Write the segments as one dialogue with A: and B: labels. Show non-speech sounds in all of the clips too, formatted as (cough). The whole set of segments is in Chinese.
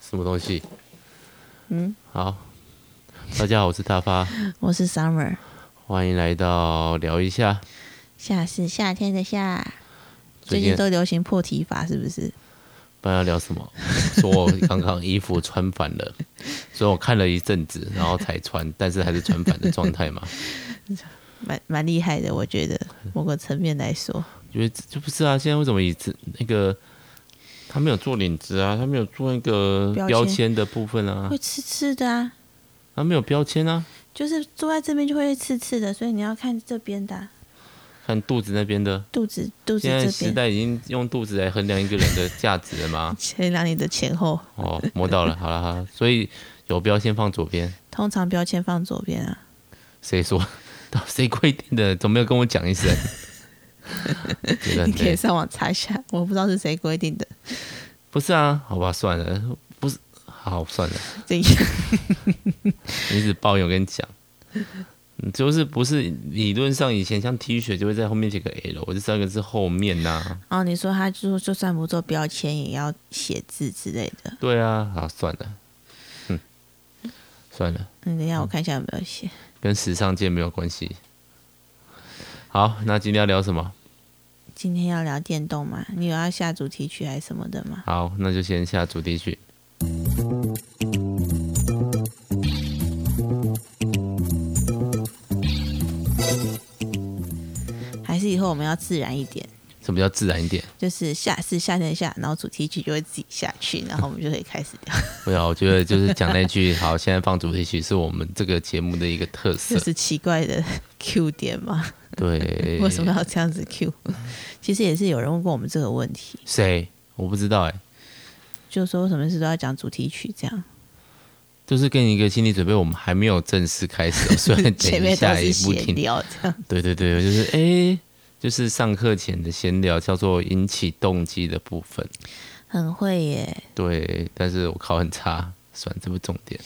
A: 什么东西？
B: 嗯，
A: 好，大家好，我是大发，
B: 我是 Summer，
A: 欢迎来到聊一下。
B: 夏是夏天的夏。
A: 最
B: 最
A: 近
B: 近都流行破题法，是不是？
A: 不然要聊什么？说我刚刚衣服穿反了， (laughs) 所以我看了一阵子，然后才穿，但是还是穿反的状态嘛。 (laughs)
B: 蛮蛮厉害的，我觉得
A: 嗯
B: 某个层面来说，
A: 因为就不是啊，现在为什么椅子那个他没有做领子啊，他没有做那个
B: 标签
A: 标签的部分啊
B: 会，刺刺的啊，
A: 他没有标签啊，
B: 就是坐在这边就会刺刺的，所以你要看这边的啊、
A: 看肚子那边的。
B: 肚子，肚子
A: 现在
B: 这
A: 时
B: 边，？
A: 代已经用肚子来衡量一个人的价值了吗
B: 先让你的前后，
A: 哦，摸到了，好了，好了， (laughs) 所以有标签放左边，
B: 通常标签放左边啊。
A: 谁说？ (laughs) 到底谁规定的？怎么没有跟我讲一声？觉得很
B: 你可
A: 累
B: 以上网查一下，我不知道是谁规定的，
A: 不是啊，好吧，算了，不是，好算了，
B: 这样
A: 你只抱怨我跟你讲， (laughs) 嗯就是不是理论上以前像 T 恤就会在后面写个 L，我就知道个是后面呐、
B: 哦，你说他就就算不做标签，也要写字之类的。
A: 对啊，好算了，嗯，算了，
B: 嗯，等一下我看一下有没有写。
A: 跟时尚界没有关系。好，那今天要聊什么？
B: 今天要聊电动吗？你有要下主题曲还是什么的吗？
A: 好，那就先下主题曲。
B: 还是以后我们要自然一点，
A: 什么叫自然一点？
B: 就是下是夏天下，然后主题曲就会自己下去，然后我们就可以开始
A: (laughs)
B: 聊，
A: 不要，我觉得就是讲那句“ (laughs) 好，现在放主题曲”是我们这个节目的一个特色
B: 这。是奇怪的 (laughs) Q 点吗？
A: 对，
B: 为什么要这样子 Q？其实也是有人问过我们这个问题，
A: 谁？我不知道哎、
B: 就说为什么事都要讲主题曲
A: (laughs)
B: 这样？
A: 就是跟一个心理准备，我们还没有正式开始 (laughs) 哦，虽然
B: 前
A: 等一
B: 面都
A: 下
B: 是
A: 也不
B: 闲
A: 停。
B: 聊这样， (laughs)
A: 对对对，就是哎、就是上课前的闲聊，叫做引起动机的部分。
B: 很会耶。
A: 对，但是我考很差，算这不重点。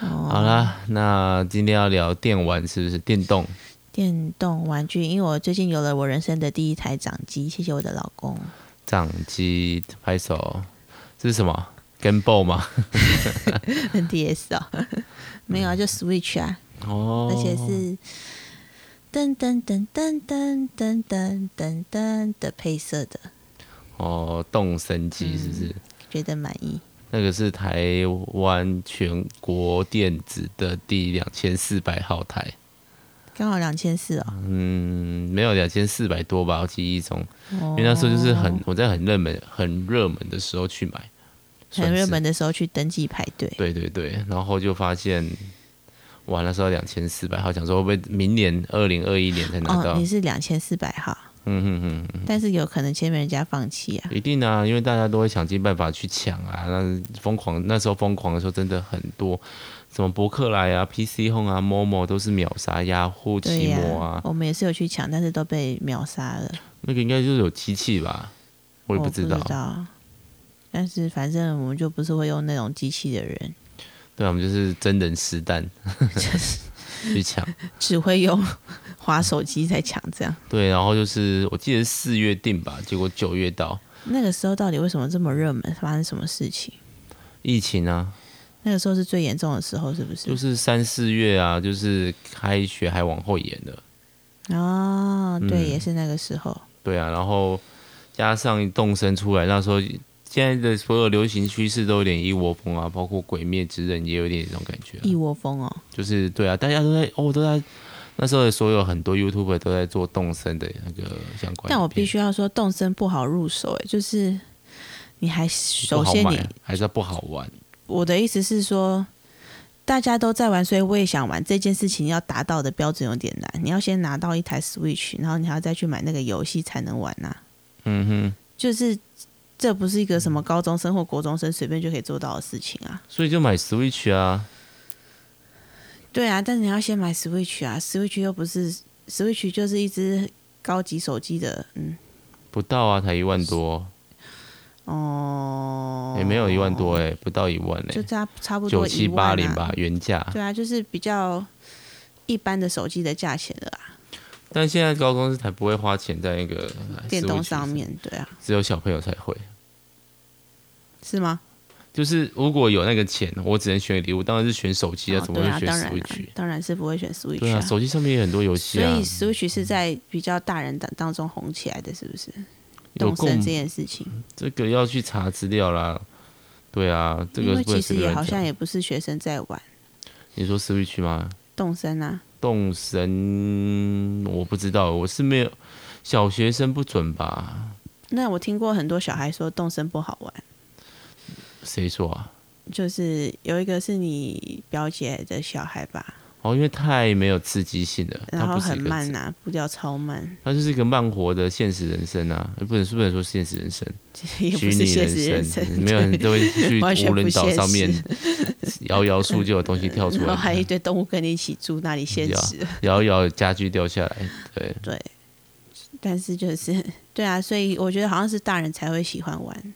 B: 哦，
A: 好啦，那今天要聊电玩是不是？电动
B: 电动玩具，因为我最近有了我人生的第一台掌机，谢谢我的老公。 (laughs)
A: 掌机拍手，这是什么？Game Boy 吗？
B: NDS 哦， (laughs) 没有啊，就 Switch 啊，
A: 哦，
B: 而且是噔噔噔噔噔噔噔噔噔的配色的，
A: 哦，动身
B: 嗯
A: 机是不是？
B: 觉得满意。
A: 那个是台湾全国电子的第两千四百号台，
B: 刚好两千四哦，
A: 嗯，没有两千四百多吧，我记忆中，
B: 因
A: 嗯因为那时候就是
B: 哦
A: 很我在很热门、很热门的时候去买，算
B: 很
A: 是
B: 热门，的时候去登记排队，
A: 对对对，然后就发现，哇，那时候两千四百号，想说会不会明年二零二一年才拿到？
B: 哦，你是两千四百号，
A: 嗯嗯嗯，
B: 但是有可能前面人家放弃啊，
A: 一定啊，因为大家都会想尽办法去抢啊，那疯狂那时候疯狂的时候真的很多。什么博客来啊、PC Home 啊、Momo 都是秒杀雅虎、
B: 对
A: 奇
B: 呀
A: 摩啊，
B: 我们也是有去抢，但是都被秒杀了，
A: 那个应该就是有机器吧，我
B: 我
A: 也哦不知道。
B: 但是反正我们就不是会用那种机器的人，
A: 对，我们就是真人实弹去抢。
B: 只会用 (laughs) 滑手机在抢这样。
A: 对，然后就是我记得是四月定吧，结果九月到
B: 那个时候到底为什么这么热门？发生什么事情？
A: 疫情啊，
B: 那个时候是最严重的时候，是不是？
A: 就是三四月啊，就是开学还往后延了。
B: 哦，
A: 嗯
B: 对，也是那个时候。
A: 对啊，然后加上动身出来，那时候现在的所有流行趋势都有点一窝蜂啊，包括《鬼灭之刃》也有点这种感觉啊、
B: 一窝蜂哦，
A: 就是对啊，大家都在哦，都在那时候的所有很多 YouTuber 都在做动身的那个相关片。
B: 但我必须要说，动身不好入手，哎，就是你还首
A: 不好
B: 先你
A: 买，啊还是不好玩。
B: 我的意思是说，大家都在玩，所以我也想玩这件事情，要达到的标准有点难。你要先拿到一台 Switch，然后你还要再去买那个游戏才能玩呐、
A: 嗯哼，
B: 就是这不是一个什
A: 嗯
B: 么高中生或国中生随便就可以做到的事情啊。
A: 所以就买 Switch 啊。
B: 对啊，但是你要先买 Switch 啊，Switch 又不是 Switch 就是一只高级手机的，嗯，
A: 不到啊，才一万多，
B: 哦
A: 也、，没有一万多哎、不到一万哎、
B: 就差差不
A: 九
B: 多
A: 七
B: 一
A: 八
B: 万
A: 零
B: 啊
A: 吧，原价。
B: 对啊，就是比较一般的手机的价钱了啊，
A: 但现在高中生才不会花钱在那个呃
B: 电动
A: Switch
B: 上，面，对啊，
A: 只有小朋友才会。
B: 是吗？
A: 就是如果有那个钱，我只能选礼物，当然是选手机啊，
B: 哦
A: 怎么
B: 对
A: 会
B: 啊，
A: 选
B: 当然啊
A: Switch？
B: 当然是不会选 Switch
A: 对啊，手机上面也很多游戏
B: 所
A: 啊
B: 以，Switch 是在比较大人当当中红起来的，是不是？
A: 有
B: 动
A: 共
B: 森这件事情，
A: 这个要去查资料啦。对啊，这
B: 因
A: 个
B: 为
A: 不
B: 其
A: 能
B: 实
A: 随
B: 也
A: 便
B: 好
A: 乱
B: 像
A: 讲。
B: 也不是学生在玩
A: 你说 Switch 吗？
B: 动森啊，
A: 动神我不知道，我是没有小学生不准吧？
B: 那我听过很多小孩说动森不好玩，
A: 谁说啊？
B: 就是有一个是你表姐的小孩吧，
A: 哦，因为太没有刺激性了，它
B: 然后
A: 不是一
B: 很
A: 个刺
B: 慢呐、步调超慢， (laughs)
A: 它就是一个慢活的现实人生啊，呃不能是不能说现实人生，
B: 也不
A: 虚
B: 是
A: 拟
B: 现实人
A: 生
B: 生，，
A: (laughs) 没有人
B: 对
A: 都会去
B: (laughs) 完全
A: 无人
B: 不
A: 岛
B: 现
A: 上面
B: 实
A: (laughs) 摇摇树就有东西
B: (laughs)
A: 跳出
B: 然后还一
A: 来，
B: 堆动物跟你一起住，那里现实。
A: 摇一摇家具掉下来，对，
B: 对，但是就是 (laughs) 对啊，所以我觉得好像是大人才会喜欢玩。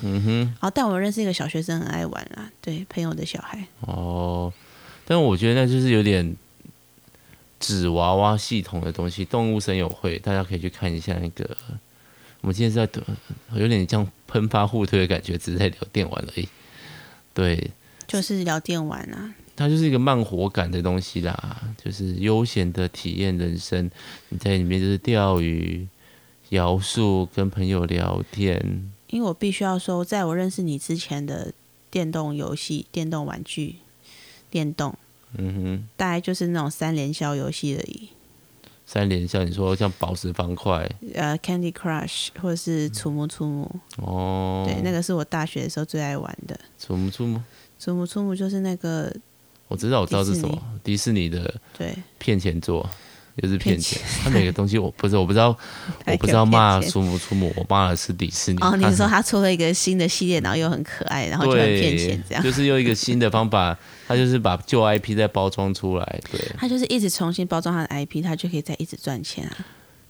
A: 嗯哼，
B: 好，但我认识一个小学生很爱玩啦，对朋友的小孩，
A: 哦，但我觉得那就是有点纸娃娃系统的东西，动物森友会大家可以去看一下那个。我们今天是在有点像喷发互推的感觉，只是在聊电玩而已。对，
B: 就是聊电玩啊，
A: 它就是一个慢活感的东西啦，就是悠闲的体验人生。你在里面就是钓鱼、摇树、跟朋友聊天。
B: 因为我必须要说，在我认识你之前的电动游戏、电动玩具、电动，
A: 嗯哼，
B: 大概就是那种三连消游戏而已，
A: 三连像你说像宝石方块
B: 呃，Candy Crush 或者是楚木楚木，
A: 嗯哦，
B: 对，那个是我大学的时候最爱玩的。
A: 出不出吗？
B: 楚木楚木就是那个
A: 我知道，我知道是什么，迪士尼的
B: 对，
A: 骗钱做，就是骗钱
B: 骗。
A: 他每个东西我不是我不知道，我不知道骂
B: 骗钱
A: 出母出母，我骂的是迪士尼。
B: 哦，你
A: 他
B: 说他出了一个新的系列，然后又很可爱，然后就很骗钱这样 (laughs)
A: 就。是用一个新的方法，他就是把旧 IP 再包装出来，对，
B: 他就是一直重新包装他的 IP，他就可以再一直赚钱啊！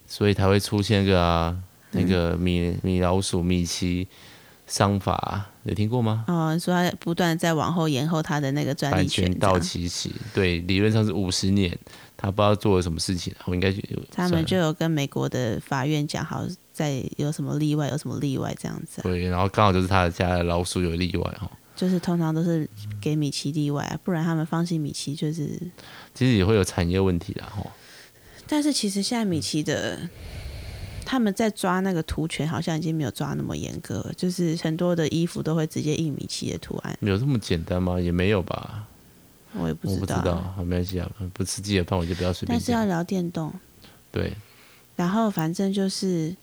A: 所以才会出现那个啊，
B: 嗯
A: 那个米米老鼠、米奇商法，有听过吗？
B: 哦，你说他不断的在往后延后他的啊那个专
A: 版
B: 利权
A: 权
B: 这样
A: 到期期，对，理论上是五十年，他不知道做了什么事情，我应该去
B: 他
A: 算
B: 们
A: 了
B: 就有跟美国的法院讲好，在有什么例外有什么例外这样子啊、
A: 对，然后刚好就是他家的老鼠有例外哦哈，
B: 就是通常都是给米奇例外、啊，不然他们放弃米奇就是。
A: 其实也会有产业问题啦哦哈。
B: 但是其实现在米奇的他们在抓那个图权，好像已经没有抓那么严格了，就是很多的衣服都会直接印米奇的图案，
A: 有这么简单吗？也没有吧，
B: 我也不
A: 我
B: 知
A: 不知
B: 道啊。
A: 道，好没关系啊，不吃鸡的饭我就不要随便
B: 但是要
A: 讲。
B: 聊电动，
A: 对
B: 然后反正就是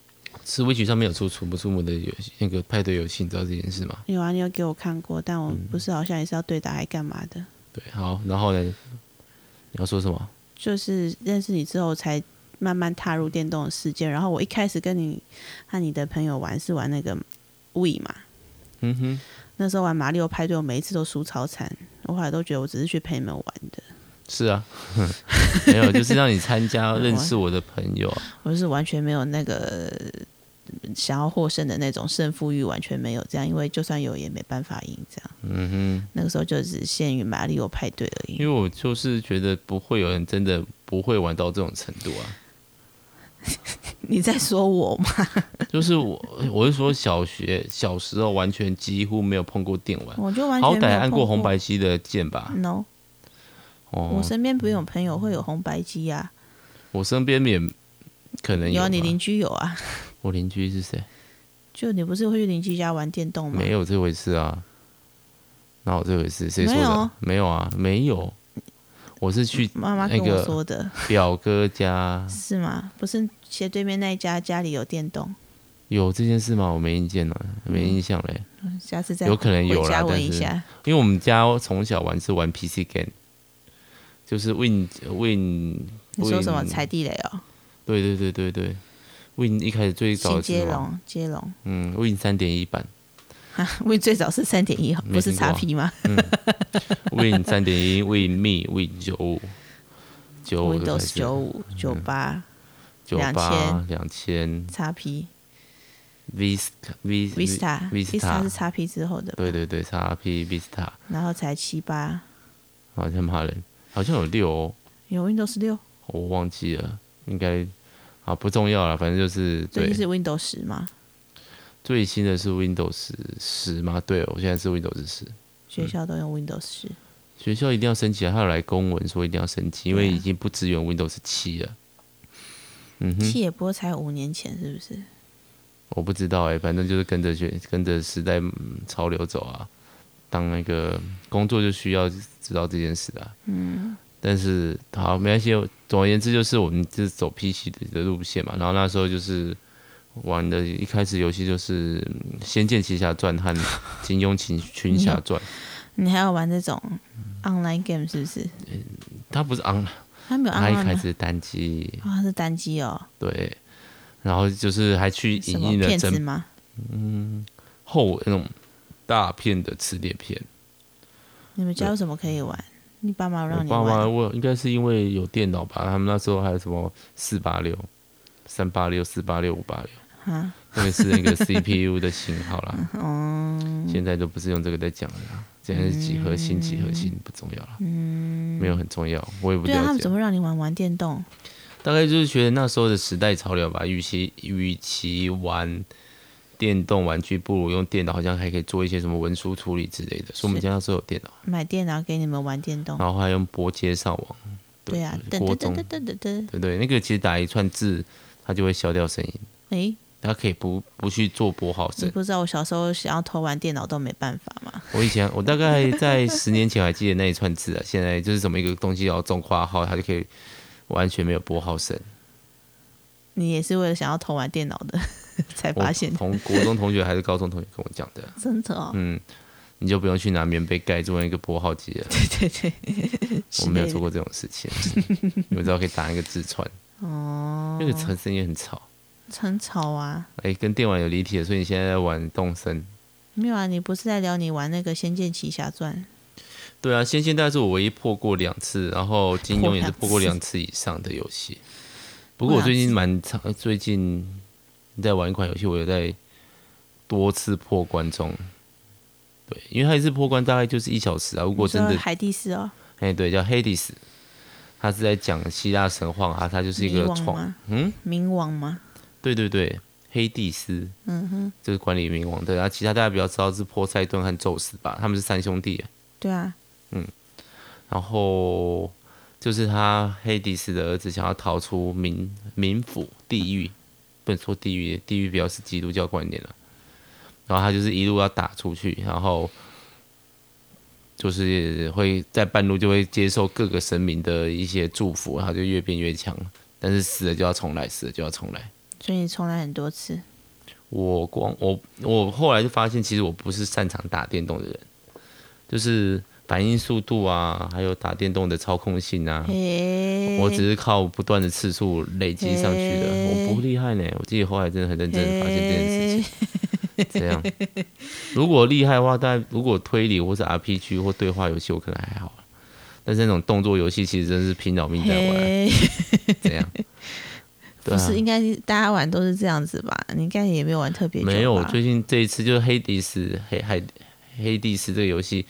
A: ，Switch 上面有出出不出母的游戏，那个派对游戏，你知道这件事吗？
B: 有啊，你有给我看过，但我不是好像也是要对打还干嘛的，
A: 对，好，然后呢，你要说什么？
B: 就是认识你之后才慢慢踏入电动的世界。然后我一开始跟你和你的朋友玩是玩那个 We 嘛，
A: 嗯哼，
B: 那时候玩马里奥派对，我每一次都输超惨，我后来都觉得我只是去陪你们玩的，
A: 是
B: (laughs)
A: 啊，没有，就是让你参加
B: 嗯
A: 认识我的朋友啊。
B: 我是完全没有那个呃想要获胜的那种胜负欲，完全没有这样，因为就算有也没办法赢这样。
A: 嗯哼，
B: 那个时候就只限于马里奥派对而已
A: 因。为我就是觉得不会有人真的不会玩到这种程度啊。
B: 你在说我吗？
A: 就是我， (laughs) 我是说小学小时候完全几乎没有碰过电玩，
B: (laughs) 我就完全
A: 好
B: 没有
A: 歹按
B: 碰
A: 过
B: 过
A: 红白机的键吧。
B: No，、
A: 哦
B: 我，身边不有朋友会有红白机啊，
A: 我身边也可能
B: 有啊，
A: 吧
B: 你邻居有啊，
A: 我邻居是谁？
B: 就你不是会去邻居家玩电动吗？
A: 没有这回事啊，哪有这回事？谁说
B: 没
A: 的
B: 有？
A: 没有啊，没有。我是去
B: 妈妈跟
A: 那
B: 我
A: 个
B: 说的、
A: 表哥家，
B: 是吗？不是斜对面那一家家里有电动，
A: 有这件事吗？我没印象了，没
B: 嗯
A: 印象嘞。
B: 下次再
A: 有可能有啦
B: 回家
A: 但
B: 问
A: 是
B: 一下。
A: 因为我们家从小玩是玩 PC game，就是 Win Win，
B: 你说什么
A: Win-
B: 踩地雷哦？
A: 对对对对对，Win 一开始最早
B: 新
A: 的是
B: 接
A: 什么？
B: 龙，接龙，
A: 嗯，Win 三点一版
B: 为最早是三点一，
A: 没
B: 不是
A: 听过
B: 叉
A: 啊 (laughs)
B: P 吗
A: ，Win 三点一，Win Me Win 九五九五的开
B: ？Windows
A: 始
B: 九五、
A: 嗯
B: 九八、
A: 九八两千
B: 叉 P、
A: Vista V-
B: Vista、Vista 是
A: Vista
B: 叉 P 之后的，
A: 对对对叉 P Vista
B: 然后才七八，
A: 好像骂人，好像有六、哦，
B: 有 Windows 六，
A: 我忘记了，应该啊不重要了，反正就是
B: 最
A: 对
B: 近是 Windows 十吗？
A: 最新的是 Windows 十吗？对，我现在是 Windows 十。
B: 学校都用 Windows 十、
A: 学校一定要升级啊！他有来公文说一定要升级，因为
B: 对啊
A: 已经不支援 Windows 七了。嗯哼，
B: 七也不过才五年前，是不是？
A: 我不知道哎、反正就是跟着学，跟着时代、嗯潮流走啊。当那个工作就需要知道这件事啊。嗯。但是好，没关系。总而言之，就是我们就是走 PC 的的路线嘛。然后那时候就是玩的，一开始游戏就是嗯《仙剑奇侠传》和《金庸
B: (laughs)
A: 群群侠传》，
B: 你还要玩这种
A: 嗯
B: online game 是不是？
A: 它不是
B: 啊
A: on，
B: 他没有
A: 它一
B: online
A: 开
B: 吗？
A: 始单机。
B: 哦，它是单机哦，
A: 对，然后就是还去
B: 什
A: 影
B: 么
A: 印了
B: 骗
A: 整
B: 子吗？
A: 厚那种大片的磁碟片。
B: 你们家有什么可以玩？你爸妈有
A: 我
B: 让你
A: 爸妈
B: 玩？哦
A: 我应该是因为有电脑吧，他们那时候还有什么四八六、三八六、四八六、五八六，
B: 啊，
A: 那个是那
B: (laughs)
A: 个 CPU 的型号
B: 嗯
A: 啦。
B: 哦，
A: 现在都不是用这个在讲了啦，现在是几何心，几何心不重要啦，
B: 嗯，
A: 没有很重要，我也不
B: 对啊，他
A: 了
B: 们怎
A: 解。
B: 么让你玩玩电动？
A: 大概就是觉得那时候的时代潮流吧，与其与其玩电动玩具，不如用电脑，好像还可以做一些什么文书处理之类的。所以我们
B: 是
A: 家那时候有电脑，
B: 买电脑给你们玩电动？
A: 然后还用拨接上网，
B: 对啊，噔
A: 国
B: 噔
A: 中
B: 噔噔噔噔噔，
A: 对不对？那个其实打一串字，它就会消掉声音。
B: 诶，
A: 他可以不不去做拨号
B: 你
A: 声。
B: 不知道我小时候想要偷玩电脑都没办法吗？
A: 我以前我大概在十年前我还记得那一串字啊，现在就是什么一个东西要中括号，它就可以完全没有拨号声。
B: 你也是为了想要偷玩电脑的 (laughs) 才
A: 我
B: 发现的，
A: 同国中同学还是高中同学跟我讲的，
B: 真的哦，
A: 嗯，你就不用去拿棉被盖住那个拨号机 (laughs) 了。
B: 对对
A: 我
B: 对，之
A: 没有
B: 类
A: 做
B: 的
A: 过这种事 (laughs) 情，我知道可以打那个字串，
B: 哦，
A: 那个声声音很吵。
B: 很吵啊。
A: 哎、跟电玩有离题了，所以你现在在玩动森。
B: 没有啊，你不是在聊你玩那个《仙剑奇侠传》？
A: 对啊，仙剑大概是我唯一破过两次，然后金庸也是破过两次以上的游戏。不过我最近蛮常，最近在玩一款游戏，我有在多次破关中。对，因为它一次破关大概就是一小时啊。如果真
B: 你
A: 的
B: 说，海蒂斯哦，
A: 哎，对，叫 Hades，它是在讲希腊神话啊，它就是一
B: 冥
A: 个
B: 王
A: 创，
B: 吗？
A: 嗯，
B: 冥王吗？
A: 对对对，黑帝斯
B: 嗯哼，
A: 就是管理冥王对，然后其他大家比较知道是波塞顿和宙斯吧，他们是三兄弟啊。
B: 对啊，
A: 然后就是他黑迪斯的儿子想要逃出冥冥府地狱，不能说地狱，地狱比较是基督教观念了。然后他就是一路要打出去，然后就是会在半路就会接受各个神明的一些祝福，然后就越变越强。但是死了就要重来，死了就要重来。
B: 所以你重来很多次，
A: 我光我我后来就发现，其实我不是擅长打电动的人，就是反应速度啊，还有打电动的操控性啊，
B: 嘿，
A: 我只是靠不断的次数累积上去的，
B: 嘿
A: 我不厉害呢。我自己后来真的很认真地发现这件事情。
B: 情，
A: 这样，如果厉害的话，但如果推理或是 RPG 或对话游戏，我可能还好。但是那种动作游戏，其实真是拼老命在玩。
B: 嘿，
A: 这样，对
B: 不
A: 啊，
B: 是应该大家玩都是这样子吧？你应该也没有玩特别久吧
A: 没有。最近这一次就是黑迪斯黑海黑迪斯这个游戏，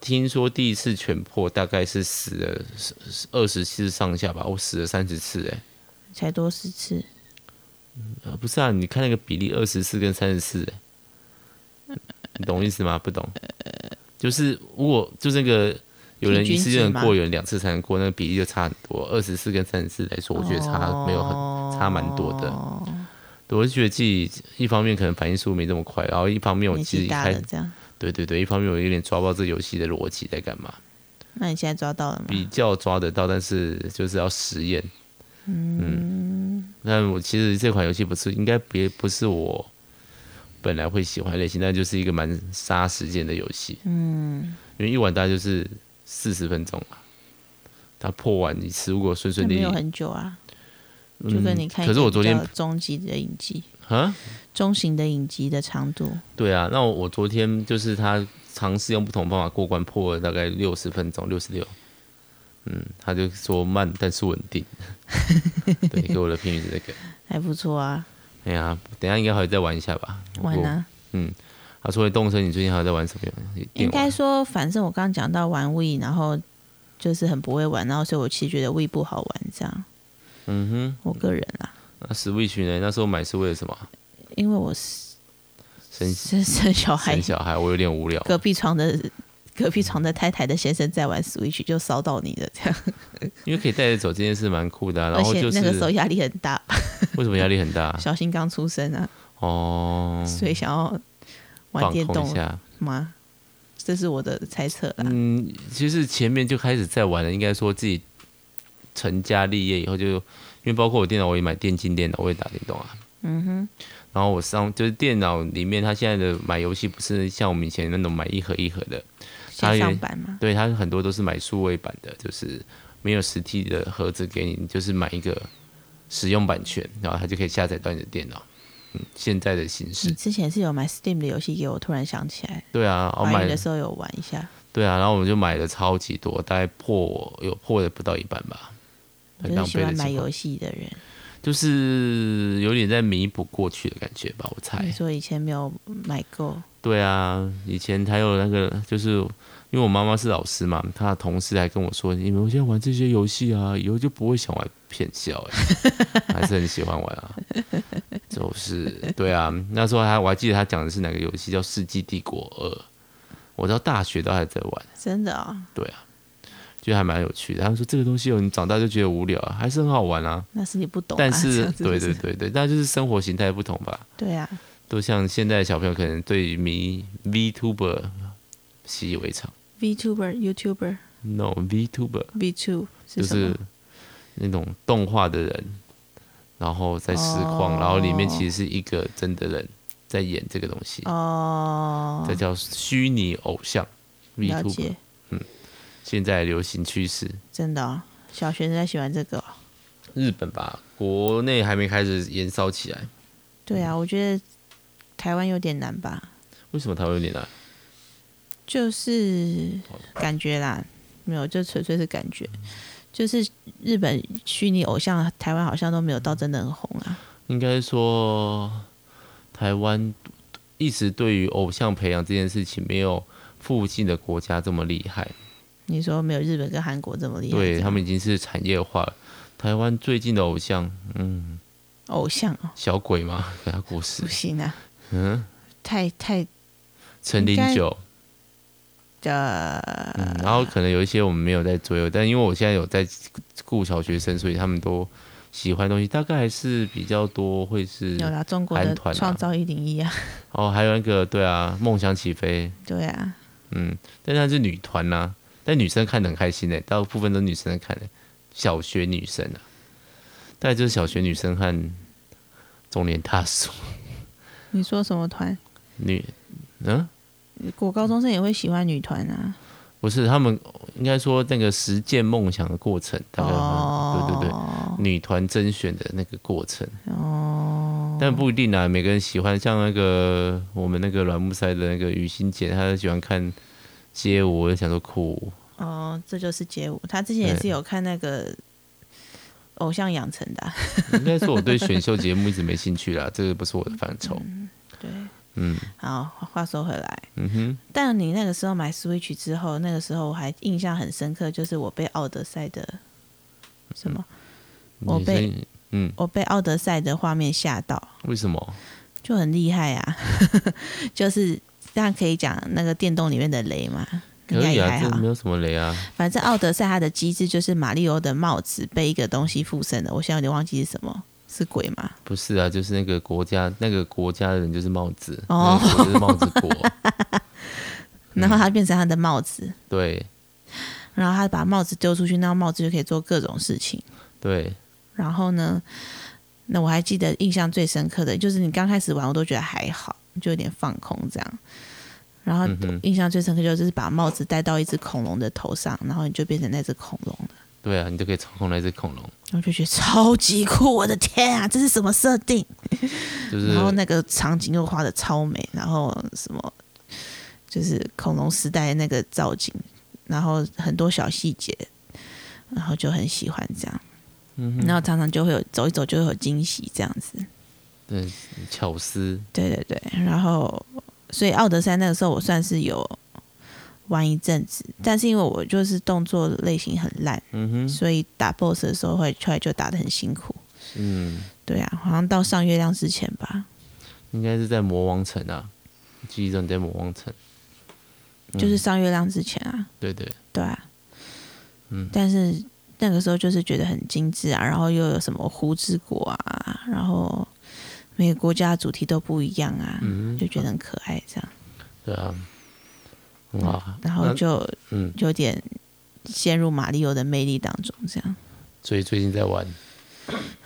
A: 听说第一次全破大概是死了二十次上下吧，我死了三十次哎、
B: 才多十次，
A: 啊，不是啊，你看那个比例二十四跟三十四，欸你懂我意思吗？不懂，就是如果就是那个有人一
B: 平均
A: 次
B: 值
A: 就能
B: 吗
A: 过，有人两次才能过，那个比例就差很多。二十四跟三十四来说，我觉得
B: 哦
A: 差没有很、差蛮多的。对我是觉得自己一方面可能反应速度没这么快，然后一方面我
B: 年
A: 其实
B: 纪
A: 一
B: 大
A: 开
B: 了这样，
A: 对对对，一方面我有点抓不到这游戏的逻辑在干嘛，
B: 那你现在抓到了吗？
A: 比较抓得到，但是就是要实验。
B: 嗯，
A: 那我其实这款游戏不是应该别不是我本来会喜欢的类型，但就是一个蛮杀时间的游戏。嗯，因为一晚大概就是四十分钟嘛，它破完一次，如果顺
B: 那
A: 顺利
B: 没有
A: 利，
B: 很久啊，就跟你看
A: 嗯可
B: 一个
A: 是我昨天
B: 比较终极的影集，
A: 啊，
B: 中型的影集的长度，
A: 对啊，那我我昨天就是他尝试用不同方法过关，破了大概六十分钟，六十六。嗯，他就说慢，但是稳定。 (laughs) 对，给我的评语是这个。
B: 还不错啊，
A: 哎呀，等一下应该还会再玩一下吧。
B: 玩
A: 我
B: 啊。
A: 啊，除了动森，你最近还有在玩什么游戏？
B: 应
A: 电玩
B: 该说，反正我刚刚讲到玩 We，然后就是很不会玩，然后所以我其实觉得 We 不好玩，这样
A: 嗯哼，
B: 我个人啊，
A: 那 Switch 呢？那时候买是为了什么？
B: 因为我是
A: 生
B: 生生小孩
A: 生，小孩，我有点无聊。
B: 隔壁床的隔壁床的太太的先生在玩 Switch 就骚到你了，这样，
A: 因为可以带着走这件事蛮酷的啊、
B: 而
A: 然后
B: 且
A: 就是
B: 那个时候压力很大，
A: 为什么压力很
B: (laughs)
A: 大？
B: 小新刚出生啊，
A: 哦，
B: 所以想要玩
A: 放
B: 电
A: 空一
B: 动
A: 下。
B: 吗？这是我的猜测啦。
A: 嗯，其实前面就开始在玩了，应该说自己成家立业以后就，因为包括我电脑，我也买电竞电脑，我也打电动啊。
B: 嗯哼，
A: 然后我上就是电脑里面，它现在的买游戏不是像我们以前那种买一盒一盒的，他
B: 线
A: 也
B: 上版嘛，
A: 对，它很多都是买数位版的，就是没有实体的盒子给你，你就是买一个使用版权，然后它就可以下载到你的电脑。嗯，现在的形
B: 你
A: 式，
B: 之前是有买 Steam 的游戏给我，突然想起来，
A: 对啊，我
B: 怀
A: 买
B: 孕的时候有玩一下，
A: 对啊，然后我们就买了超级多，大概破有破了不到一半吧。
B: 我
A: 很
B: 就
A: 浪
B: 是喜
A: 费的
B: 欢买
A: 情况
B: 游戏的人。
A: 就是有点在弥补过去的感觉吧，我猜
B: 你。说以前没有买够，
A: 对啊，以前还有那个，就是因为我妈妈是老师嘛，她的同事还跟我说：“你们现在玩这些游戏啊，以后就不会想玩骗笑、
B: (laughs)
A: 欸，还是很喜欢玩啊。”就是对啊，那时候还我还记得她讲的是哪个游戏，叫《世纪帝国二》，我到大学都还在玩，
B: 真的啊、
A: 对啊，就还蛮有趣的。他们说这个东西哦，你长大就觉得无聊啊，还是很好玩啊。
B: 那是你不 (laughs) 懂、啊。
A: 但
B: 这
A: 是，
B: 样子
A: 对对对对，那就是生活形态不同吧。
B: 对啊，
A: 都像现在的小朋友可能对于迷 VTuber 习以为常。
B: VTuber、YouTuber、
A: No VTuber
B: V2
A: 就是
B: 什
A: 是
B: 么？
A: 那种动画的人，然后在实况，
B: 哦
A: 然后里面其实是一个真的人在演这个东西，
B: 哦
A: 这，叫虚拟偶像
B: 了
A: VTuber。嗯
B: 解，
A: 现在流行趋势，
B: 真的、哦，小学生在喜欢这个哦、
A: 日本吧，国内还没开始燃烧起来。
B: 对啊，我觉得台湾有点难吧，
A: 为什么台湾有点难？
B: 就是感觉啦，没有，就纯粹是感觉。就是日本虚拟偶像，台湾好像都没有到真的很红啊。
A: 应该说，台湾一直对于偶像培养这件事情没有附近的国家这么厉害，
B: 你说没有日本跟韩国这么厉害？
A: 对
B: 这样
A: 他们已经是产业化了。台湾最近的偶像，嗯，
B: 偶像哦，
A: 小鬼吗？ (laughs) 给他过世
B: 不，行啊，
A: 嗯，
B: 太太
A: 陈零九，
B: 的
A: 嗯，然后可能有一些我们没有在追有，但因为我现在有在顾小学生，所以他们都喜欢的东西，大概还是比较多会是
B: 有啦，中国的
A: 韩团啊
B: 创造一零一啊，
A: 哦，还有那个对啊，梦想起飞，
B: 对啊，
A: 嗯，但她是女团呐、但女生看得很开心诶、欸大部分都是女生在看的、小学女生啊，大概就是小学女生和中年大叔
B: 你说什么团？
A: 女，嗯，
B: 国高中生也会喜欢女团啊？
A: 不是他们应该说那个实践梦想的过程，大概、对对对，
B: 哦，
A: 女团甄选的那个过程，
B: 对对，哦，
A: 但不一定啊，每个人喜欢，像那个我们那个软木塞的那个雨欣姐，她就喜欢看街舞，我就想说酷，
B: 哦，这就是街舞。他之前也是有看那个偶像养成的啊、
A: (laughs) 应该说我对选秀节目一直没兴趣啦，这个不是我的范畴，
B: 对。
A: 嗯。
B: 好，话说回来，
A: 嗯哼，
B: 但你那个时候买 Switch 之后，那个时候我还印象很深刻，就是我被《奥德赛》的什么，我
A: 你
B: 被
A: 先嗯，
B: 我被《奥德赛》的画面吓到。
A: 为什么？
B: 就很厉害啊， (laughs) 就是这样可以讲那个电动里面的雷嘛，应
A: 可
B: 该
A: 以
B: 也
A: 啊，
B: 还
A: 这
B: 好
A: 没。有什么雷啊。
B: 反正奥德赛它的机制就是马里欧的帽子被一个东西附身的，我现在有点忘记是什么，是鬼吗？
A: 不是啊，就是那个国家，那个国家的人就是帽子，
B: 哦
A: 那个国就是帽子国。 (laughs)
B: 然后它
A: 嗯
B: 变成它的帽子，
A: 对
B: 然后它把帽子丢出去，那个帽子就可以做各种事情。
A: 对，
B: 然后呢，那我还记得印象最深刻的就是你刚开始玩，我都觉得还好，就有点放空这样。然后
A: 嗯哼
B: 印象最深刻就是把帽子戴到一只恐龙的头上，然后你就变成那只恐龙了。
A: 对啊，你就可以操控那只恐龙，
B: 我就觉得超级酷，我的天啊，这是什么设定？
A: 就是
B: 然后那个场景又画的超美，然后什么就是恐龙时代那个造景，然后很多小细节，然后就很喜欢这样。
A: 嗯
B: 然后常常就会有走一走就会有惊喜这样子。
A: 对巧思，
B: 对对对，然后所以奥德赛那个时候我算是有玩一阵子，但是因为我就是动作类型很烂，
A: 嗯哼，
B: 所以打 BOSS 的时候会出来就打的很辛苦。
A: 嗯，
B: 对啊，好像到上月亮之前吧。
A: 应该是在魔王城啊，记忆中在魔王城，嗯
B: 就是上月亮之前啊，
A: 对对，
B: 对啊，
A: 嗯
B: 但是那个时候就是觉得很精致啊，然后又有什么湖之国啊，然后每个国家的主题都不一样啊，
A: 嗯
B: 就觉得很可爱这样，
A: 对啊，很好啊，
B: 然后
A: 那
B: 就
A: 嗯，
B: 有点陷入马里奥的魅力当中，这样。
A: 所以最近在玩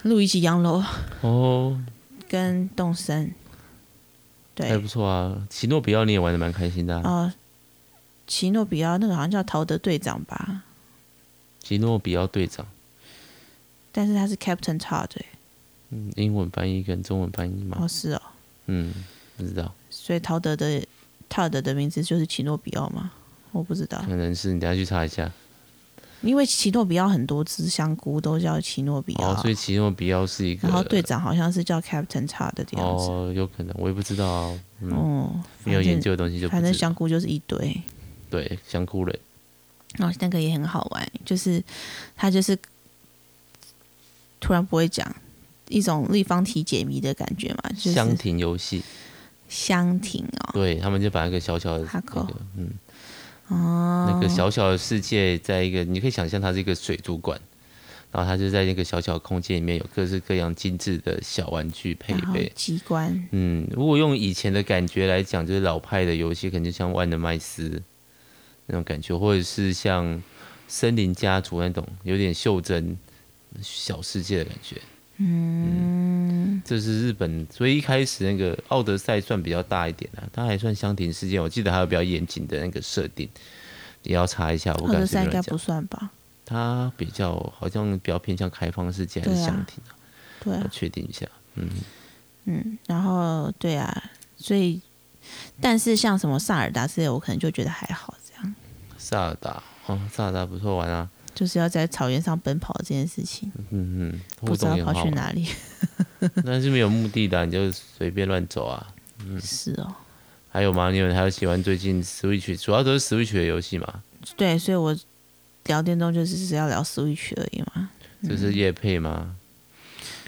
B: 路易吉洋楼
A: 哦，
B: 跟动森，对
A: 还，不错啊，奇诺比奥你也玩的蛮开心的、啊，
B: 哦，奇诺比奥那个好像叫陶德队长吧，
A: 奇诺比奥队长，
B: 但是他是 Captain Todd，、欸、
A: 嗯，英文翻译跟中文翻译嘛，
B: 哦是哦，
A: 嗯，不知道，
B: 所以陶德的 Todd 的名字就是奇诺比奥吗？我不知道，
A: 可能是你等下去查一下，
B: 因为奇诺比奥很多只香菇都叫奇诺比奥，
A: 哦，所以奇诺比奥是一个，
B: 然后队长好像是叫 Captain Todd 的样子，
A: 哦，有可能，我也不知道、啊，嗯，
B: 哦，
A: 没有
B: 反正
A: 研究的东西就不
B: 反正
A: 知道，
B: 香菇就是一堆，
A: 对，香菇类，
B: 然后那个也很好玩，就是他就是突然不会讲。一种立方体解谜的感觉嘛，就是
A: 香亭游戏，
B: 香亭哦，
A: 对他们就把那个小小的
B: 哈
A: 那
B: 口
A: 个，嗯。
B: 哦，
A: 那个小小的世界，在一个你可以想象它是一个水族馆，然后它就在那个小小的空间里面有各式各样精致的小玩具配
B: 哦然后
A: 备。
B: 机关，
A: 嗯，如果用以前的感觉来讲，就是老派的游戏，可能就像《万能麦斯》那种感觉，或者是像《森林家族》那种有点袖珍小世界的感觉。
B: 嗯，
A: 这是日本，所以一开始那个《奥德赛》算比较大一点啊，它还算香亭事件，我记得还有比较严谨的那个设定，也要查一下。我
B: 奥
A: 不敢随
B: 德赛
A: 便
B: 应该
A: 乱讲。
B: 不算吧？
A: 它比较好像比较偏向开放世界还
B: 对
A: 是
B: 啊
A: 香亭啊？
B: 对
A: 要
B: 啊，
A: 确定一下。
B: 嗯，然后对啊，所以但是像什么萨尔达之类，我可能就觉得还好，这样
A: 萨尔达哦，萨尔达不错玩啊，
B: 就是要在草原上奔跑这件事情，
A: 嗯嗯，
B: 不
A: 互
B: 知
A: 动
B: 道
A: 也
B: 跑
A: 很好
B: 去
A: 玩，
B: 哪里，
A: 但是没有目的的啊、你就随便乱走啊。
B: (laughs) 是哦，
A: 还有吗？你有还有喜欢最近 Switch，主要都是 Switch 的游戏嘛，
B: 对，所以我聊电动就是只要聊 Switch 而已嘛，
A: 就是夜配吗？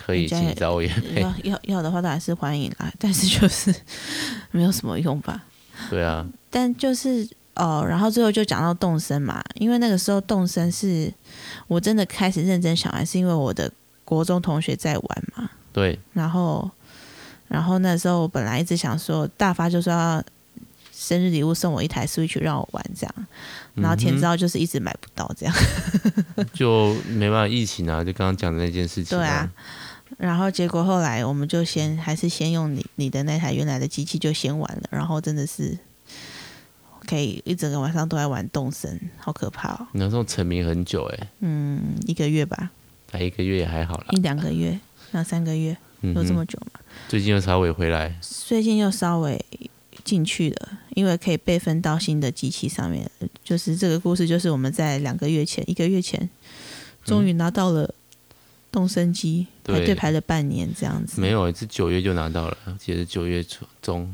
A: 可以，
B: 人家也
A: 请找我夜
B: (laughs)
A: 配。
B: 要要要的话当然是欢迎啦，但是就是 (laughs) 没有什么用吧，
A: 对啊，
B: 但就是哦，然后最后就讲到动身嘛，因为那个时候动身是我真的开始认真想玩，是因为我的国中同学在玩嘛，
A: 对，
B: 然后然后那时候我本来一直想说，大发就说要生日礼物送我一台 Switch 让我玩这样，然后天知道就是一直买不到这样，
A: 就没办法，疫情啊，就刚刚讲的那件事情、
B: 对啊，。然后结果后来我们就先还是先用你你的那台原来的机器就先玩了，然后真的是可以一整个晚上都在玩动森，好可怕哦。
A: 你那时候沉迷很久哎、
B: 嗯，一个月吧，
A: 才一个月也还好啦。
B: 一两个月，两三个月，
A: 啊嗯
B: 有这么
A: 哼，
B: 久嘛？
A: 最近又稍微回来，
B: 最近又稍微进去了，因为可以备份到新的机器上面。就是这个故事，就是我们在两个月前，一个月前，终于拿到了动身机，
A: 嗯对
B: 排队排了半年这样子。
A: 没有，是九月就拿到了，其实九月初中。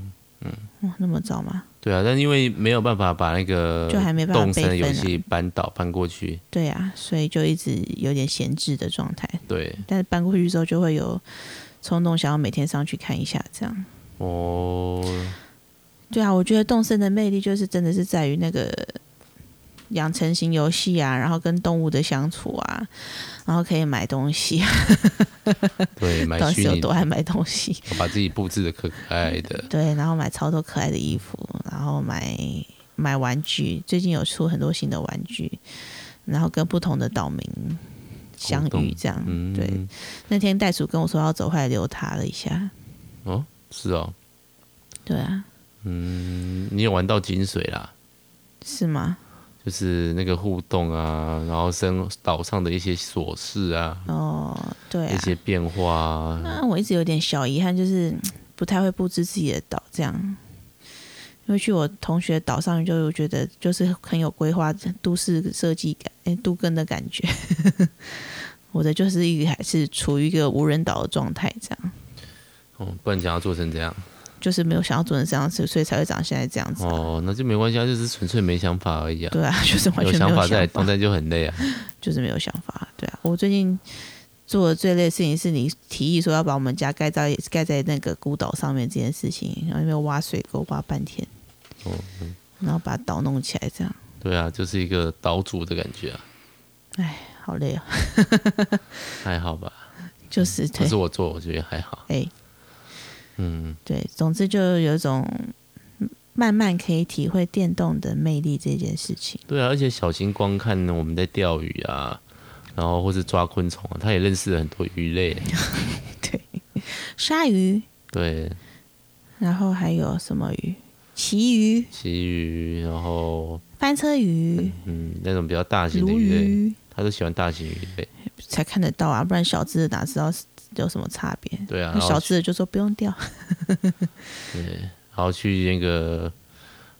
B: 哇，那么早吗？
A: 对啊，但因为没有办法把那个
B: 就还没办
A: 动
B: 法
A: 森的
B: 备
A: 游
B: 份、
A: 戏
B: 啊。
A: 搬倒搬过去，
B: 对啊，所以就一直有点闲置的状态。
A: 对，
B: 但是搬过去之后，就会有冲动想要每天上去看一下这样。
A: 哦，
B: 对啊，我觉得动森的魅力就是真的是在于那个养成型游戏啊，然后跟动物的相处啊，然后可以买东西啊，
A: 对，
B: (laughs)
A: 买
B: 到底
A: 虚
B: 是有
A: 拟
B: 多
A: 的，
B: 爱买东西？
A: 把自己布置的可可爱的，
B: 对，然后买超多可爱的衣服，然后买买玩具，最近有出很多新的玩具，然后跟不同的岛民相
A: 互动
B: 遇这样。
A: 嗯，
B: (laughs) 对，那天袋鼠跟我说要走，后来留他了一下。
A: 哦，是哦，
B: 对啊，
A: 嗯你有玩到井水啦，
B: 是吗？
A: 就是那个互动啊，然后生岛上的一些琐事啊，
B: 哦，对啊
A: 一，些变化啊，
B: 那我一直有点小遗憾，就是嗯不太会布置自己的岛这样。因为去我同学岛上，就觉得就是很有规划、都市设计感、诶都更的感觉。 (laughs) 我的就是一个还是处于一个无人岛的状态，这样
A: 哦，不然想要做成这样，
B: 就是没有想要做成这样子，所以才会长现在这样子啊、
A: 哦，那就没关系啊，就是纯粹没想法而已啊，
B: 对啊，就是完
A: 有
B: 全没有
A: 法
B: 想
A: 在，
B: 法
A: 但就很累啊，
B: 就是没有想法。对啊，我最近做的最累的事情是你提议说要把我们家盖在盖在那个孤岛上面这件事情，然后那边挖水沟挖半天，
A: 哦，
B: 然后把岛弄起来，这样，
A: 对啊，就是一个岛主的感觉啊，
B: 哎，好累啊、
A: 还好吧？
B: (laughs) 就是
A: 嗯可
B: 对
A: 是，我做，我觉得还好。
B: 哎，
A: 嗯，
B: 对，总之就有一种慢慢可以体会电动的魅力这件事情。
A: 对啊，而且小新光看我们在钓鱼啊，然后或是抓昆虫啊，他也认识了很多鱼类。
B: 鲨鱼，
A: 对，
B: 然后还有什么鱼？旗鱼、
A: 旗鱼，然后
B: 翻车鱼、
A: 嗯，那种比较大型的
B: 鲈
A: 鱼类，
B: 鱼，
A: 他都喜欢大型鱼类。
B: 才看得到啊，不然小只的哪知道是有什么差别？
A: 对啊，然
B: 那
A: 后
B: 小只的就说不用钓，
A: 然后去那个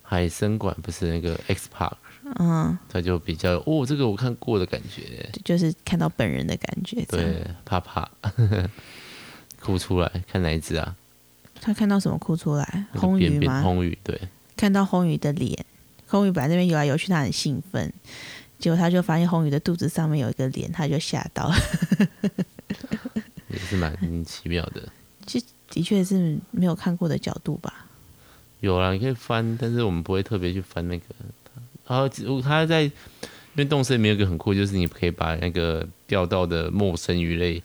A: 海参馆，不是那个 X Park，
B: (laughs) 嗯，
A: 他就比较哦，这个我看过的感觉，
B: 就是看到本人的感觉。这样，
A: 对，怕怕， (laughs) 哭出来，看哪一只啊？
B: 他看到什么哭出来？
A: 那个
B: 红
A: 扁
B: 鱼
A: 扁
B: 吗？
A: 红鱼，对，
B: 看到红鱼的脸，红鱼本来那边游来游去，他很兴奋，结果他就发现红鱼的肚子上面有一个脸，他就吓到了。 (laughs)
A: 也是蛮奇妙的。
B: 的确是没有看过的角度吧？
A: 有啦，你可以翻，但是我们不会特别去翻那个。然后它在因为动森里面有一个很酷，就是你可以把那个钓到的陌生鱼类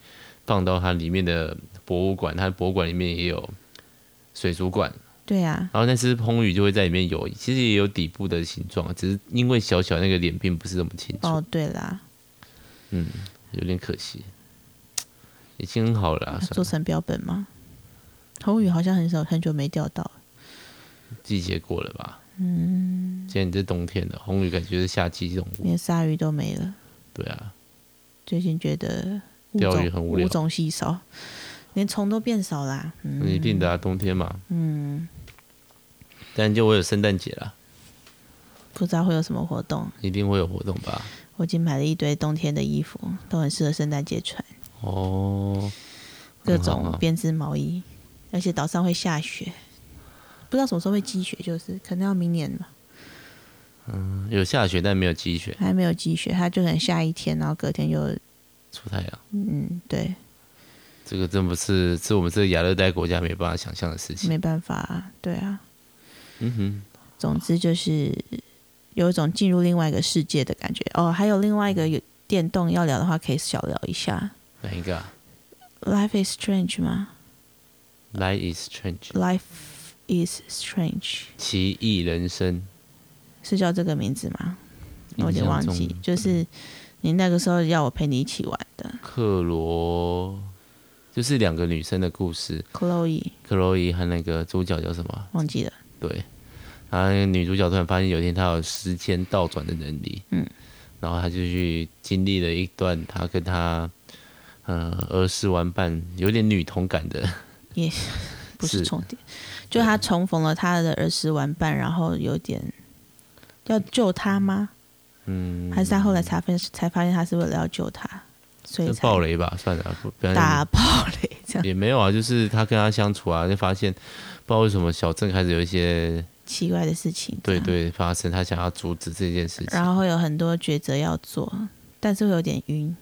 A: 放到它里面的博物馆，它的博物馆里面也有水族馆，
B: 对啊，
A: 然后那只红鱼就会在里面游，其实也有底部的形状，只是因为小小那个脸并不是那么清楚，
B: 哦，对啦，
A: 嗯，有点可惜。已经很好了啦、啊算
B: 做
A: 了
B: 成标本吗？红鱼好像很少很久没钓到了，
A: 季节过了吧？嗯，既然你是冬天的红鱼，感觉是夏季动物，
B: 连鲨鱼都没了。
A: 对啊，
B: 最近觉得物
A: 钓鱼
B: 种
A: 很无聊
B: 物种稀少，连虫都变少啦。
A: 那
B: 嗯
A: 一定的啊，冬天嘛，
B: 嗯，
A: 但就我有圣诞节啦，
B: 不知道会有什么活动。
A: 一定会有活动吧？
B: 我已经买了一堆冬天的衣服，都很适合圣诞节穿，
A: 哦，
B: 各
A: 很好
B: 种
A: 啊
B: 编织毛衣，而且岛上会下雪，不知道什么时候会积雪，就是可能要明年吧，
A: 有下雪但没有积雪，
B: 还没有积雪，它就可能下一天，然后隔天就
A: 出太阳，
B: 嗯，对，
A: 这个真不是是我们这个亚热带国家没办法想象的事情。
B: 没办法、啊，对啊，
A: 嗯哼，
B: 总之就是有一种进入另外一个世界的感觉。哦，还有另外一个有电动要聊的话，可以小聊一下
A: 哪一个、啊、
B: ，Life is strange 吗
A: ？Life is strange，
B: ？Life is strange
A: 奇异人生，
B: 是叫这个名字吗？我有
A: 印
B: 点
A: 象
B: 忘
A: 中
B: 记，就是你那个时候要我陪你一起玩的
A: 克罗，就是两个女生的故事，
B: ，Chloe
A: 克洛伊和那个主角叫什么啊？
B: 忘记了，
A: 对，然后那个女主角突然发现有一天她有时间倒转的能力，
B: 嗯，
A: 然后她就去经历了一段她跟她呃儿时玩伴有点女童感的， (laughs)
B: 也不是
A: 是
B: 重点，就他重逢了他的儿时玩伴，然后有点要救他吗？
A: 嗯，
B: 还是他后来才发才发现他是为了要救他，所以
A: 这
B: 才
A: (laughs) 暴雷吧，算了，不不要
B: 打爆雷这样
A: 嗯也没有啊，就是她跟她相处啊，就发现不知道为什么小镇开始有一些
B: 奇怪的事情。这
A: 对
B: 样，
A: 对发生，她想要阻止这件事情，
B: 啊然后会有很多抉择要做，但是会有点晕，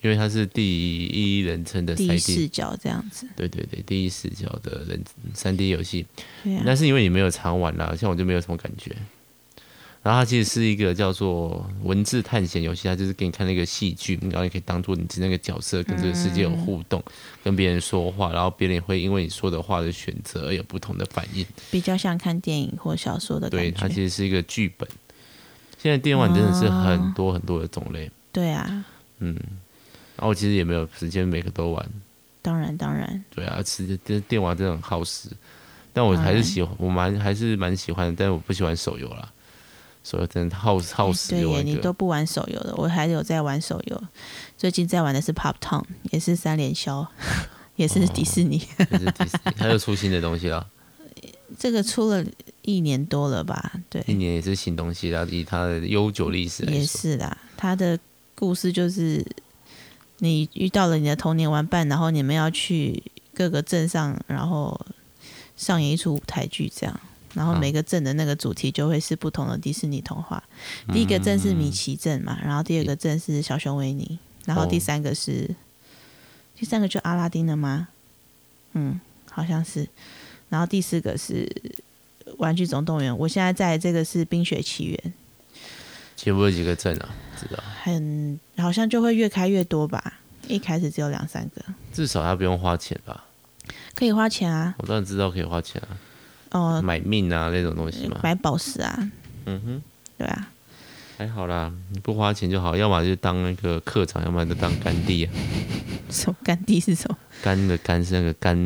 A: 因为她是第一人称的
B: 第
A: 三
B: 一视
A: D，
B: 角这样子。
A: 对对对，第一视角的人三 D 游戏，
B: 对啊
A: 那，是因为你没有常玩啦、像我就没有什么感觉。然后它其实是一个叫做文字探险游戏，它就是给你看那个戏剧，然后你可以当做你是那个角色跟这个世界有互动，跟别人说话，然后别人也会因为你说的话的选择而有不同的反应。
B: 比较像看电影或小说的
A: 对，
B: 感
A: 它
B: 觉。
A: 其实是一个剧本。现在电玩真的是很多很多的种类，
B: 对啊，
A: 嗯，然后我其实也没有时间每个都玩，
B: 当然当然，
A: 对啊，其实电电玩真的很耗时，但我
B: 嗯
A: 还是喜欢，我蛮还是蛮喜欢的，但是我不喜欢手游啦，手游真的耗耗时
B: 哎对
A: 有
B: 耶，
A: 一
B: 你都
A: 个，
B: 不玩手游的，我还有在玩手游。最近在玩的是 Pop Town，也是三连消， (laughs) 也
A: 哦
B: 是迪士尼。
A: (laughs) 就是迪士尼，它又出新的东西啦，
B: 这个出了一年多了吧？ (laughs) 对，
A: 一年也是新东西啦，以它的悠久历史来
B: 也
A: 说，
B: 是啦，他的故事就是你遇到了你的童年玩伴，然后你们要去各个镇上，然后上演一出舞台剧这样。然后
A: 啊
B: 每个镇的那个主题就会是不同的迪士尼童话。
A: 嗯
B: 第一个镇是米奇镇嘛，然后第二个镇是小熊维尼，然后
A: 哦
B: 第三个是第三个就阿拉丁了吗？嗯，好像是。然后第四个是《玩具总动员》，我现在在这个是《冰雪奇缘》，
A: 其实我有几个证啊，知道，
B: 很好像就会越开越多吧。一开始只有两三个，
A: 至少他不用花钱吧？
B: 可以花钱啊，
A: 我当然知道可以花钱啊，
B: 哦、
A: 买命啊那种东西嘛。
B: 买宝石啊，
A: 嗯哼，
B: 对啊，
A: 还好啦，你不花钱就好，要么就当那个课长，要么就当干弟啊，
B: (laughs) 什么干地是什么？
A: 干的干是那个干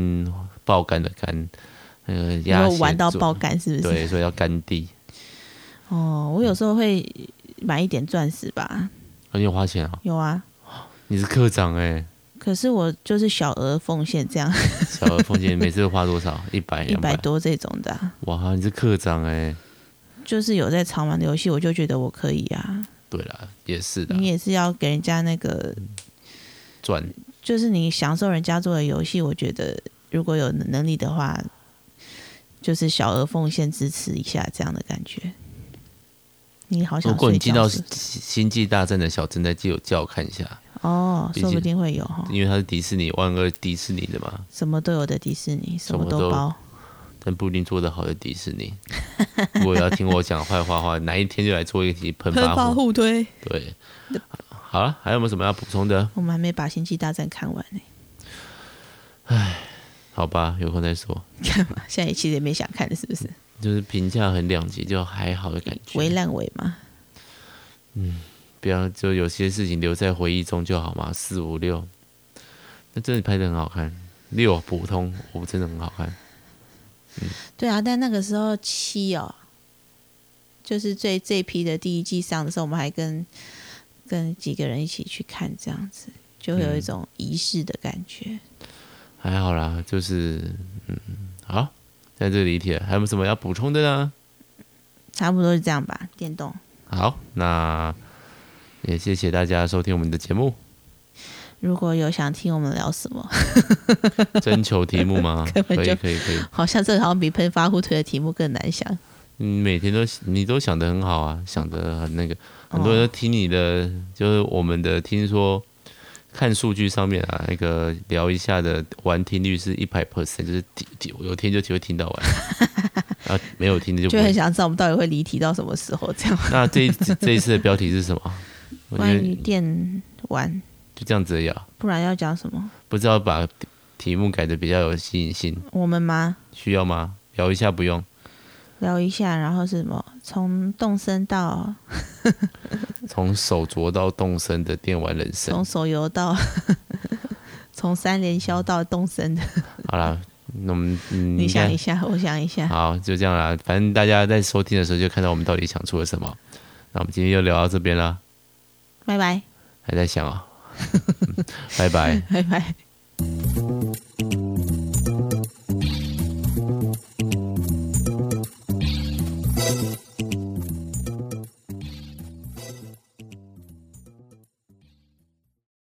A: 爆干的干，那个
B: 没
A: 压
B: 有
A: 线
B: 玩到
A: 做
B: 爆肝是不是？
A: 对，所以要干弟，
B: 哦，我有时候会买一点钻石吧，
A: 很有花钱啊、
B: 有啊，
A: 你是课长哎、
B: 可是我就是小额奉献这样，
A: 小额风险每次花多
B: (laughs)
A: 少？一百、
B: 一
A: 两
B: 百多这种的啊、
A: 哇，你是课长哎、
B: 就是有在常玩的游戏，我就觉得我可以啊。
A: 对啦，也是啊的
B: 你，也是要给人家那个，
A: 赚
B: 就是你享受人家做的游戏，我觉得如果有能力的话，就是小额奉献支持一下这样的感觉。你好想
A: 如果你
B: 睡
A: 进
B: 觉
A: 到
B: 是
A: 星《星际大战》的小正在就有叫我看一下，
B: 哦，
A: 毕
B: 说不
A: 竟
B: 定会有哈，
A: 因为它是迪士尼万恶迪士尼的嘛，
B: 什么都有的迪士尼，什
A: 什
B: 么
A: 么
B: 都
A: 都
B: 包。
A: 但不一定做得好的迪士
B: (laughs)
A: 尼。如果要听我讲坏话的话，哪一天就来做一集喷发户。
B: 互推，
A: 对，好了，还有没有什么要补充的？
B: 我们还没把《星际大战》看完呢、
A: 好吧，有空再说。
B: 干嘛？下一期也没想看，是不是？
A: 就是评价很两极，就还好的感
B: 围
A: 觉。
B: 烂尾嘛，
A: 不要就有些事情留在回忆中就好嘛。四五六，那真的拍的很好看。六普通，五真的很好看。
B: 对啊，但那个时候七哦，就是最这一批的第一季上的时候，我们还跟跟几个人一起去看，这样子就会有一种仪式的感觉。
A: 还好啦，就是嗯，好，在这里离题了，还有没有什么要补充的呢？
B: 差不多是这样吧，电动。
A: 好，那也谢谢大家收听我们的节
B: (laughs)
A: 目，
B: 如果有想听我们聊什么， (laughs)
A: 征求题目吗？
B: 根
A: 可
B: 本就
A: 以，可以，可以。
B: 好像这个好像比喷发互推的题目更难想。
A: 你嗯每天都你都想得很好啊，想得很那个，很多人都听你的，就是我们的听说看数据上面啊，那个聊一下的完听率是一百 percent，就是听听有听就只会听到
B: (laughs)
A: 完，啊，没有听的就不
B: 就
A: 会
B: 很想知道我们到底会离题到什么时候，这样。
A: 那这一次这一次的标题是什么？我觉
B: 关
A: 得
B: 于电玩，
A: 就这样子呀、
B: 不然要讲什么？
A: 不知道把题题目改的比较有吸引性，
B: 我们吗？
A: 需要吗？聊一下不用，
B: 聊一下，然后是什么？从动身到
A: 从手镯到动身的电玩人
B: 从
A: 生。
B: 手游到 (laughs) 从三连消到动身的，
A: 好啦，那我们、嗯、
B: 你
A: 应
B: 想
A: 该
B: 一下，我想一下。
A: (laughs) 好，就这样啦。反正大家在收听的时候就看到我们到底想出了什么。那我们今天就聊到这边啦，
B: 拜拜，
A: 哦还在想啊、拜拜。
B: 拜拜。